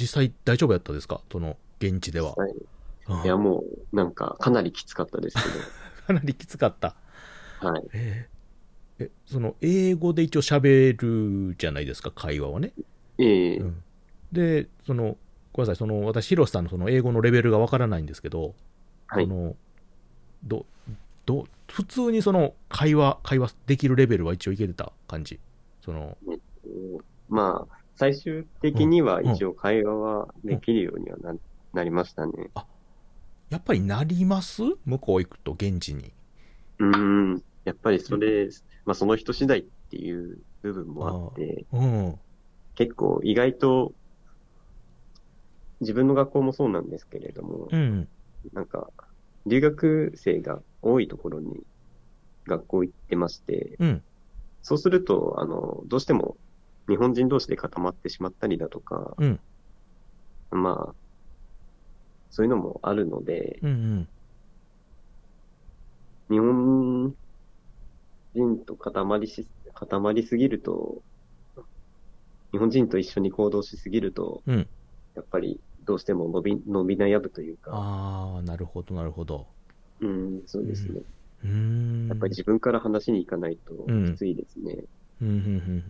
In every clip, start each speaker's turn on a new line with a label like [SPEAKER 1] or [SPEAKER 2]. [SPEAKER 1] 実際大丈夫やったですかその、現地では。
[SPEAKER 2] はい。
[SPEAKER 1] うん
[SPEAKER 2] いや、もう、なんか、かなりきつかったですけ
[SPEAKER 1] かなりきつかった。
[SPEAKER 2] ど、はい。
[SPEAKER 1] えーえ、その、英語で一応喋るじゃないですか、会話はね。
[SPEAKER 2] ええ
[SPEAKER 1] うんで、その、ごめんなさい、その、私、ヒロシさんのその、英語のレベルがわからないんですけど、
[SPEAKER 2] はい
[SPEAKER 1] その、ど、ど、普通にその、会話、会話できるレベルは一応いけてた感じ。その、
[SPEAKER 2] うんまあ、最終的には一応会話はできるようにはな,、なりましたね。
[SPEAKER 1] やっぱりなります向こう行くと、現地に。
[SPEAKER 2] うん。やっぱりそれ、まあその人次第っていう部分もあって、
[SPEAKER 1] うん。
[SPEAKER 2] 結構意外と、自分の学校もそうなんですけれども、
[SPEAKER 1] うん。
[SPEAKER 2] なんか、留学生が多いところに学校行ってまして、
[SPEAKER 1] うん。
[SPEAKER 2] そうすると、あの、どうしても日本人同士で固まってしまったりだとか、
[SPEAKER 1] うん
[SPEAKER 2] まあ、そういうのもあるので、
[SPEAKER 1] うん。うん。
[SPEAKER 2] 日本人と固まりし、固まりすぎると、日本人と一緒に行動しすぎると、
[SPEAKER 1] うん
[SPEAKER 2] やっぱりどうしても伸び、伸び悩むというか、
[SPEAKER 1] ああ、なるほど、なるほど。
[SPEAKER 2] うん、そうですね。
[SPEAKER 1] うーん。
[SPEAKER 2] やっぱり自分から話しに行かないと
[SPEAKER 1] うん
[SPEAKER 2] きついですね。
[SPEAKER 1] うんうんうんうんうん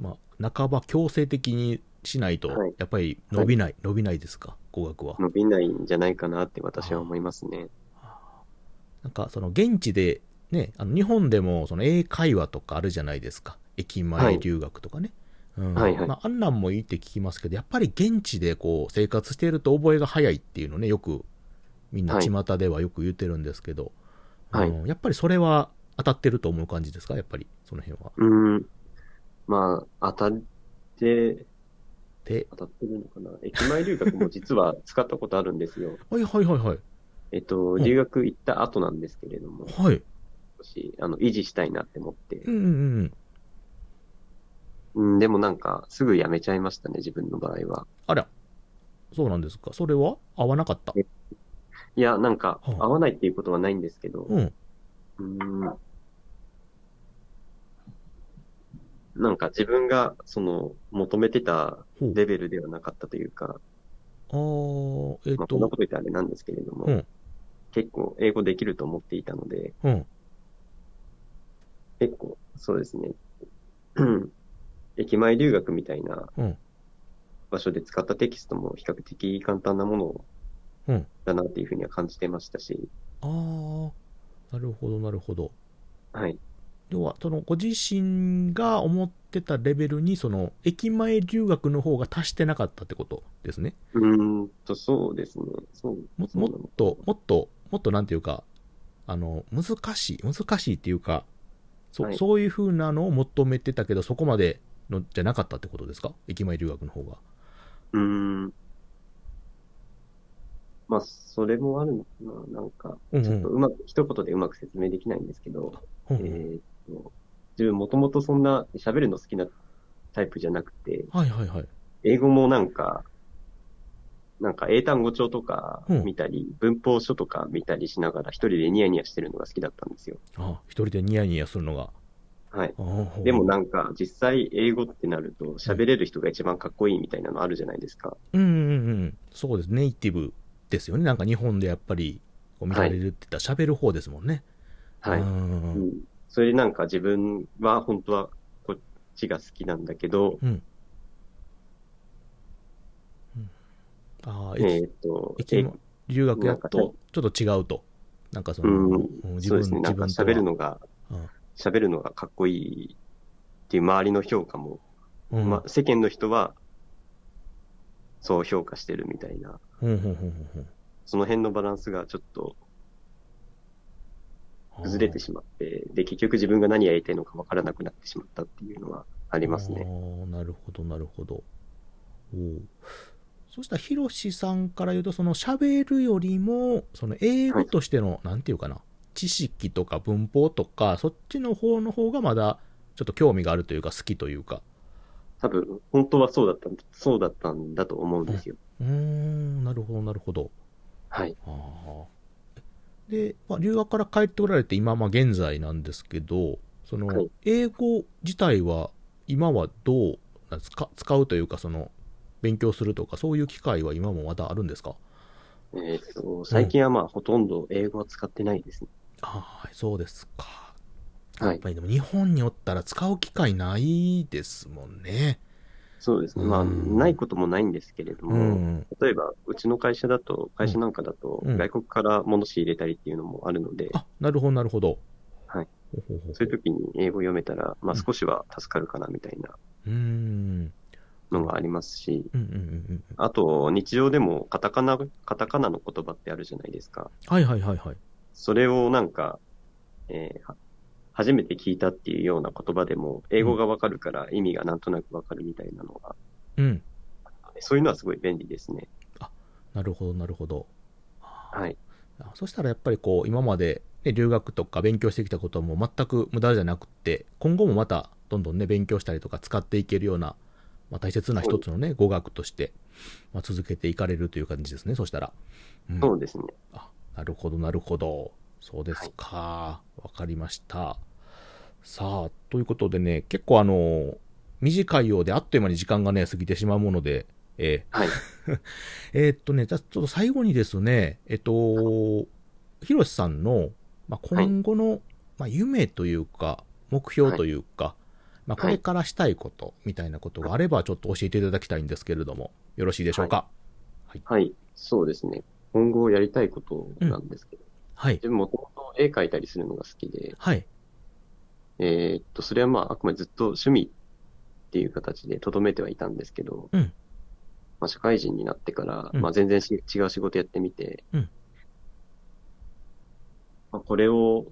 [SPEAKER 1] まあ、半ば強制的にしないと
[SPEAKER 2] はい、
[SPEAKER 1] やっぱり伸びない、伸びないですか、語学は。
[SPEAKER 2] 伸びないんじゃないかなって私は思いますね。
[SPEAKER 1] なんか、その現地で、ね、あの日本でもその英会話とかあるじゃないですか、駅
[SPEAKER 2] は
[SPEAKER 1] 前
[SPEAKER 2] い
[SPEAKER 1] 留学とかね。うん
[SPEAKER 2] はいはい
[SPEAKER 1] まあ、あんなんもいいって聞きますけど、やっぱり現地でこう生活していると覚えが早いっていうのね、よくみんな
[SPEAKER 2] はい
[SPEAKER 1] 巷ではよく言ってるんですけど、
[SPEAKER 2] はい
[SPEAKER 1] うんやっぱりそれは当たってると思う感じですか、やっぱりその辺は。
[SPEAKER 2] うん。まあ、当たって、
[SPEAKER 1] で、
[SPEAKER 2] 当たってるのかな。駅前留学も実は使ったことあるんですよ。
[SPEAKER 1] はいはいはいはい。
[SPEAKER 2] えっと、
[SPEAKER 1] ん
[SPEAKER 2] 留学行った後なんですけれども、
[SPEAKER 1] はい。
[SPEAKER 2] 少し、あの、維持したいなって思って
[SPEAKER 1] う。んうんうん。
[SPEAKER 2] うん、でもなんか、すぐ辞めちゃいましたね、自分の場合は。
[SPEAKER 1] あら、そうなんですか。それは合わなかった。
[SPEAKER 2] えいや、なんか、
[SPEAKER 1] はあ
[SPEAKER 2] 合わないっていうことはないんですけど、
[SPEAKER 1] うん。
[SPEAKER 2] うん。なんか自分が、その、求めてた
[SPEAKER 1] ほう。
[SPEAKER 2] レベルではなかったというか、
[SPEAKER 1] あー、えっ、
[SPEAKER 2] まあ、こんな
[SPEAKER 1] と
[SPEAKER 2] こ、と言ってあれなんですけれども、
[SPEAKER 1] うん
[SPEAKER 2] 結構英語できると思っていたので、
[SPEAKER 1] うん。
[SPEAKER 2] 結構、そうですね。 駅前留学みたいな
[SPEAKER 1] うん
[SPEAKER 2] 場所で使ったテキストも比較的簡単なも
[SPEAKER 1] う
[SPEAKER 2] の
[SPEAKER 1] ん
[SPEAKER 2] だなっていうふうには感じてましたし、
[SPEAKER 1] あー、なるほど、なるほど。
[SPEAKER 2] はい。
[SPEAKER 1] 要は、その、ご自身が思ってたレベルに、その、駅前留学の方が達してなかったってことですね。
[SPEAKER 2] うーんと、そうですね。そう。
[SPEAKER 1] も
[SPEAKER 2] そう
[SPEAKER 1] も
[SPEAKER 2] な
[SPEAKER 1] っ
[SPEAKER 2] の
[SPEAKER 1] と、もっと、もっとなんていうか、あの、難しい、難しいっていうか、そ,、
[SPEAKER 2] は
[SPEAKER 1] う
[SPEAKER 2] い
[SPEAKER 1] そういう風なのを求めてたけど、そこまでのじゃなかったってことですか駅前留学の方が。
[SPEAKER 2] うーん。まあ、それもあるのかな。なんか、
[SPEAKER 1] うん
[SPEAKER 2] ち
[SPEAKER 1] う
[SPEAKER 2] ょっと
[SPEAKER 1] ん。
[SPEAKER 2] うまく、一言でうまく説明できないんですけど、
[SPEAKER 1] うんう
[SPEAKER 2] え
[SPEAKER 1] ん
[SPEAKER 2] ーっと、自分もともとそんな喋るの好きなタイプじゃなくて、
[SPEAKER 1] はいはいはい。
[SPEAKER 2] 英語もなんか、なんか英単語帳とか見たり、文法書とか見たりしながら一人でニヤニヤしてるのが好きだったんですよ。
[SPEAKER 1] あ一人でニヤニヤするのが。
[SPEAKER 2] はい。
[SPEAKER 1] あ
[SPEAKER 2] でも、なんか実際英語ってなると喋れる人が一番かっこいいみたいなのあるじゃないですか。
[SPEAKER 1] うんうんうん。そうです。ネイティブですよね。なんか日本でやっぱり、こう見られるって言ったら喋る方ですもんね。
[SPEAKER 2] はい。
[SPEAKER 1] うん
[SPEAKER 2] うんそれでなんか自分は本当はこっちが好きなんだけど、
[SPEAKER 1] うん。うんああ、
[SPEAKER 2] え
[SPEAKER 1] 駅
[SPEAKER 2] ーっと、
[SPEAKER 1] 駅も留学や
[SPEAKER 2] なん
[SPEAKER 1] と、ちょっと違うと。なんかその、
[SPEAKER 2] うん
[SPEAKER 1] うん
[SPEAKER 2] え
[SPEAKER 1] 自
[SPEAKER 2] そ
[SPEAKER 1] 分、
[SPEAKER 2] うですね、な
[SPEAKER 1] 自
[SPEAKER 2] んか
[SPEAKER 1] 分と
[SPEAKER 2] 喋る
[SPEAKER 1] は。
[SPEAKER 2] のが
[SPEAKER 1] うん、
[SPEAKER 2] 喋るのがかっこいいっていう周りの評価も
[SPEAKER 1] うん
[SPEAKER 2] まあ、世間の人は、そう評価してるみたいな、
[SPEAKER 1] うんうんうんうんうん
[SPEAKER 2] その辺のバランスがちょっと
[SPEAKER 1] あー
[SPEAKER 2] 崩れてしまって、で、結局自分が何やりたいのか分からなくなってしまったっていうのはありますね。
[SPEAKER 1] ああ、なるほど、なるほど。おうそしたら、ヒロシさんから言うと、その喋るよりも、その英語としての、なんていうかな、知識とか文法とか、そっちの方の方がまだ、ちょっと興味があるというか、好きというか。
[SPEAKER 2] 多分、本当はそうだったん、そうだったんだと思うんですよ。
[SPEAKER 1] うーん、なるほど、なるほど。
[SPEAKER 2] はい。
[SPEAKER 1] あーで、まあ、留学から帰っておられて、今、まあ、現在なんですけど、その、
[SPEAKER 2] はい
[SPEAKER 1] 英語自体は、今はどうなんですか使うというか、その、勉強するとか、そういう機会は今もまだあるんですか
[SPEAKER 2] えーっと、最近はまあ、ほとんど英語は使ってないですね。
[SPEAKER 1] ああ、そうですか。
[SPEAKER 2] は
[SPEAKER 1] や
[SPEAKER 2] い
[SPEAKER 1] っ。ぱりでも日本におったら使う機会ないですもんね。
[SPEAKER 2] そうですね。まあ、
[SPEAKER 1] うん
[SPEAKER 2] ないこともないんですけれど
[SPEAKER 1] う
[SPEAKER 2] も、
[SPEAKER 1] ん。
[SPEAKER 2] 例えば、うちの会社だと、会社なんかだと、
[SPEAKER 1] うん
[SPEAKER 2] 外国から物仕入れたりっていうのもあるので、
[SPEAKER 1] あ、なるほど、なるほど。
[SPEAKER 2] はい
[SPEAKER 1] ほほほ。
[SPEAKER 2] そういう時に英語読めたら、まあ
[SPEAKER 1] うん
[SPEAKER 2] 少しは助かるかなみたいな
[SPEAKER 1] うーん。
[SPEAKER 2] のがありますし、
[SPEAKER 1] うんうんうんうん。
[SPEAKER 2] あと、日常でもカタカナ、カタカナの言葉ってあるじゃないですか。
[SPEAKER 1] はいはいはいはい。
[SPEAKER 2] それをなんか、えーは初めて聞いたっていうような言葉でも、英語がわかるから意味がなんとなくわかるみたいなのが、
[SPEAKER 1] うん。
[SPEAKER 2] そういうのはすごい便利ですね。
[SPEAKER 1] なるほど、なるほど。
[SPEAKER 2] はい。
[SPEAKER 1] あそしたらやっぱりこう、今まで、ね、留学とか勉強してきたことはもう全く無駄じゃなくて、今後もまたどんどんね、勉強したりとか使っていけるような、まあ、大切な一つのね、語学として、まあ、続けていかれるという感じですね、そしたら。うん
[SPEAKER 2] そうですね。
[SPEAKER 1] あ、なるほど、なるほど。そうですか。わ、かりました。さあ、ということでね、結構あの、短いようであっという間に時間がね、過ぎてしまうもので、え
[SPEAKER 2] はい。
[SPEAKER 1] ー えーっとね、じゃあちょっと最後にですね、えっと、ひろしさんの、まあ、今後の、まあ、夢というか、目標というか、まあ、これからしたいことみたいなことがあれば、ちょっと教えていただきたいんですけれども、よろしいでしょうか。
[SPEAKER 2] はい。そうですね。今後やりたいことなんですけど、
[SPEAKER 1] はい。
[SPEAKER 2] でももともと絵描いたりするのが好きで、
[SPEAKER 1] はい。
[SPEAKER 2] えーっと、それはまあ、あくまでずっと趣味っていう形で留めてはいたんですけど、
[SPEAKER 1] うん
[SPEAKER 2] まあ、社会人になってから、
[SPEAKER 1] うん
[SPEAKER 2] まあ、全然し違う仕事やってみて、
[SPEAKER 1] うん
[SPEAKER 2] まあ、これを、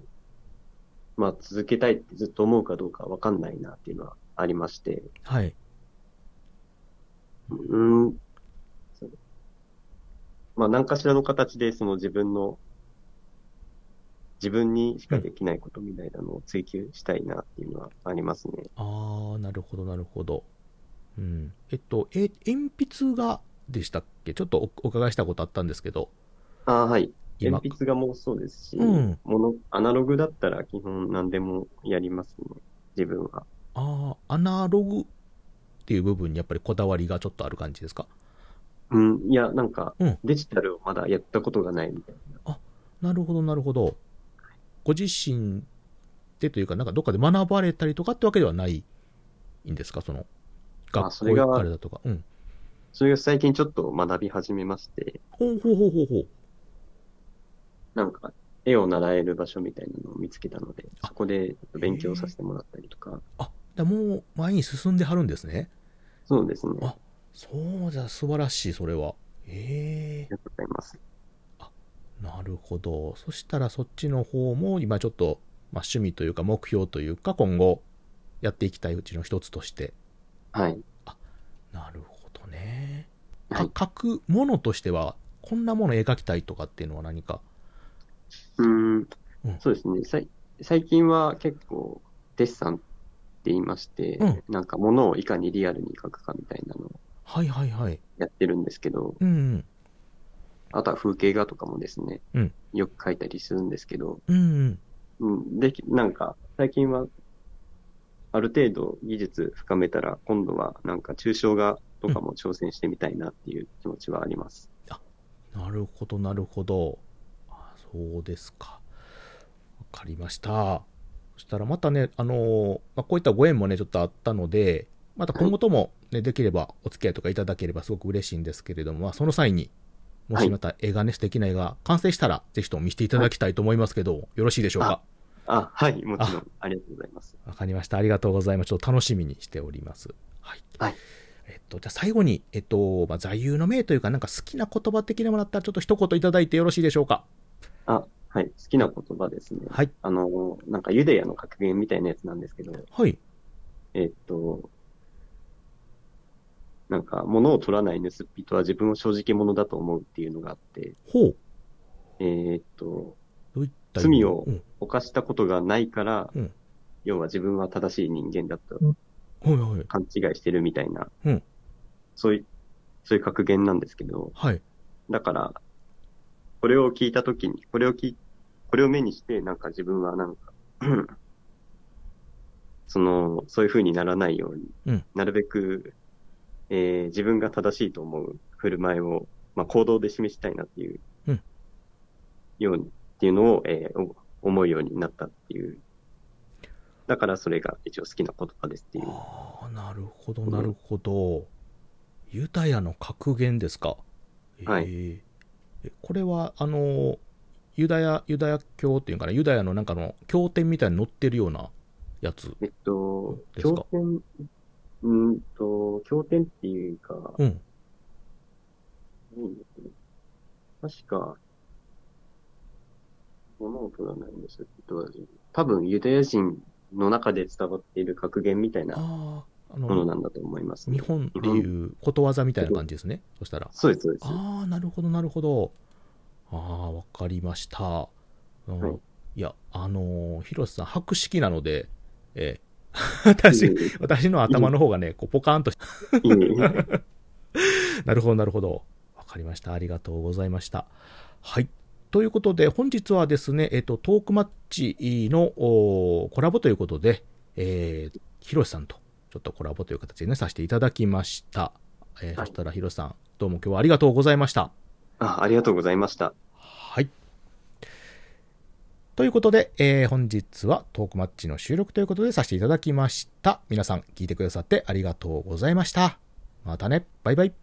[SPEAKER 2] まあ、続けたいってずっと思うかどうかわかんないなっていうのはありまして、
[SPEAKER 1] はい。
[SPEAKER 2] うーん、そうまあ、何かしらの形で、その自分の、自分にしかできないことみたいなのを追求したいなっていうのはありますね。
[SPEAKER 1] ああ、なるほど、なるほど。うん。えっと、え、鉛筆がでしたっけちょっとおお伺いしたことあったんですけど、
[SPEAKER 2] ああ、はい。
[SPEAKER 1] 今。
[SPEAKER 2] 鉛筆画もそうですし、
[SPEAKER 1] うん
[SPEAKER 2] もの、アナログだったら基本何でもやりますね。自分は。
[SPEAKER 1] ああ、アナログっていう部分にやっぱりこだわりがちょっとある感じですか
[SPEAKER 2] うん、いや、なんか
[SPEAKER 1] うん、
[SPEAKER 2] デジタルをまだやったことがないみたいな。
[SPEAKER 1] なるほど、なるほど。ご自身でというか、なんかどっかで学ばれたりとかってわけではないんですかその、
[SPEAKER 2] あ
[SPEAKER 1] 学
[SPEAKER 2] そ
[SPEAKER 1] 校
[SPEAKER 2] れが
[SPEAKER 1] 行かれたとか。うん。
[SPEAKER 2] それが最近ちょっと学び始めまして、
[SPEAKER 1] ほうほうほうほうほう。
[SPEAKER 2] なんか、絵を習える場所みたいなのを見つけたので、
[SPEAKER 1] あ
[SPEAKER 2] そこで勉強させてもらったりとか、
[SPEAKER 1] あ、じゃあもう前に進んではるんですね。
[SPEAKER 2] そうですね。
[SPEAKER 1] あそうじゃ、素晴らしい、それは。ええ
[SPEAKER 2] ありがとうございます。
[SPEAKER 1] なるほど。そしたらそっちの方も今ちょっと、まあ、趣味というか目標というか今後やっていきたいうちの一つとして。
[SPEAKER 2] はい。
[SPEAKER 1] なるほどね。
[SPEAKER 2] は
[SPEAKER 1] か書
[SPEAKER 2] い。
[SPEAKER 1] くものとしてはこんなもの描きたいとかっていうのは何か。
[SPEAKER 2] うん、そうですね。さい最近は結構、デッサンって言いまして、
[SPEAKER 1] うん
[SPEAKER 2] なんか物をいかにリアルに描くかみたいなのを
[SPEAKER 1] はいはいはい。
[SPEAKER 2] やってるんですけど、
[SPEAKER 1] うん
[SPEAKER 2] あとは風景画とかもですね、
[SPEAKER 1] うん
[SPEAKER 2] よく描いたりするんですけど、
[SPEAKER 1] うん。うん
[SPEAKER 2] うん、でき、なんか、最近は、ある程度技術深めたら、今度はなんか抽象画とかも挑戦してみたいなっていう気持ちはあります。
[SPEAKER 1] うん。なるほどなるほど。あそうですか。わかりました。そしたらまたね、あのーまあ、こういったご縁もね、ちょっとあったので、また今後とも、ね、できればお付き合いとかいただければすごく嬉しいんですけれども、まあ、その際に、も
[SPEAKER 2] は
[SPEAKER 1] し
[SPEAKER 2] い
[SPEAKER 1] また映画ね、素敵な映画、完成したら、ぜひとも見せていただきたいと思いますけど、よろしいでしょうか。
[SPEAKER 2] あ、はい、もちろん、ありがとうございます。
[SPEAKER 1] わかりました。ありがとうございます。ちょっと楽しみにしております。はい。
[SPEAKER 2] はい
[SPEAKER 1] えっと、じゃあ最後に、えっと、まあ、座右の銘というか、なんか好きな言葉的なもらったら、ちょっと一言いただいてよろしいでしょうか。
[SPEAKER 2] あ、はい、好きな言葉ですね。
[SPEAKER 1] はい。
[SPEAKER 2] あの、なんかユダヤの格言みたいなやつなんですけど、
[SPEAKER 1] はい。
[SPEAKER 2] えっと、なんか、物を取らない盗っ人は自分を正直者だと思うっていうのがあって、
[SPEAKER 1] ほう。
[SPEAKER 2] えーっと、
[SPEAKER 1] どういった
[SPEAKER 2] 罪を
[SPEAKER 1] うん
[SPEAKER 2] 犯したことがないから、
[SPEAKER 1] うん
[SPEAKER 2] 要は自分は正しい人間だと
[SPEAKER 1] はいはい。
[SPEAKER 2] 勘違いしてるみたいな、
[SPEAKER 1] うん
[SPEAKER 2] そういう、そういう格言なんですけど、
[SPEAKER 1] はい。
[SPEAKER 2] だから、これを聞いたときに、これを聞い、これを目にして、なんか自分はなんか、 その、そういう風にならないように、
[SPEAKER 1] うん
[SPEAKER 2] なるべくえー自分が正しいと思う振る舞いを、まあ、行動で示したいなっていう、
[SPEAKER 1] うん
[SPEAKER 2] ように、っていうのを、えーお思うようになったっていう。だからそれが一応好きな言葉ですっていう。
[SPEAKER 1] ああ、なるほど、なるほど。ユタヤの格言ですか。
[SPEAKER 2] はい
[SPEAKER 1] えーえこれは、あの、ユダヤ、ユダヤ教っていうかな、ユダヤのなんかの経典みたいに載ってるようなやつ。
[SPEAKER 2] えっと、
[SPEAKER 1] ですか
[SPEAKER 2] 経典、うーんと、経典っていうか、
[SPEAKER 1] うん。
[SPEAKER 2] どういうの確か、物音がないんですよ、どうだろう多分ユダヤ人の中で伝わっている格言みたいな
[SPEAKER 1] ああ、あ
[SPEAKER 2] もの
[SPEAKER 1] の、
[SPEAKER 2] なんだと思います、
[SPEAKER 1] 日本でいうことわざみたいな感じですね。そしたら。
[SPEAKER 2] そうです、そうです。
[SPEAKER 1] ああ、なるほど、なるほど。ああ、わかりました。うん
[SPEAKER 2] はい
[SPEAKER 1] い、や、あのー、広瀬さん、博識なので、え ー私、
[SPEAKER 2] いえい
[SPEAKER 1] 私の頭の方がね、こうポカーンとし
[SPEAKER 2] えいえいえ
[SPEAKER 1] なるほど、なるほど。わかりました。ありがとうございました。はい。ということで、本日はですね、えっと、トークマッチのおーコラボということで、えー、ひろしさんとちょっとコラボという形でね、させていただきました。えー
[SPEAKER 2] はい
[SPEAKER 1] そしたらひろしさん、どうも今日はありがとうございました。
[SPEAKER 2] あ。ありがとうございました。
[SPEAKER 1] はい。ということで、えー本日はトークマッチの収録ということでさせていただきました。皆さん聞いてくださってありがとうございました。またね。バイバイ。